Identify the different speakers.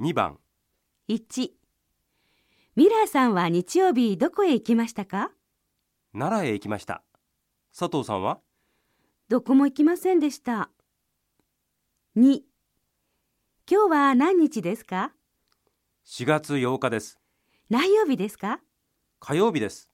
Speaker 1: 2番
Speaker 2: 1ミラーさんは日曜日どこへ行きましたか
Speaker 1: 奈良へ行きました佐藤さんは
Speaker 2: どこも行きませんでした2今日は何日ですか
Speaker 1: 4月8日です
Speaker 2: 何曜日ですか
Speaker 1: 火曜日です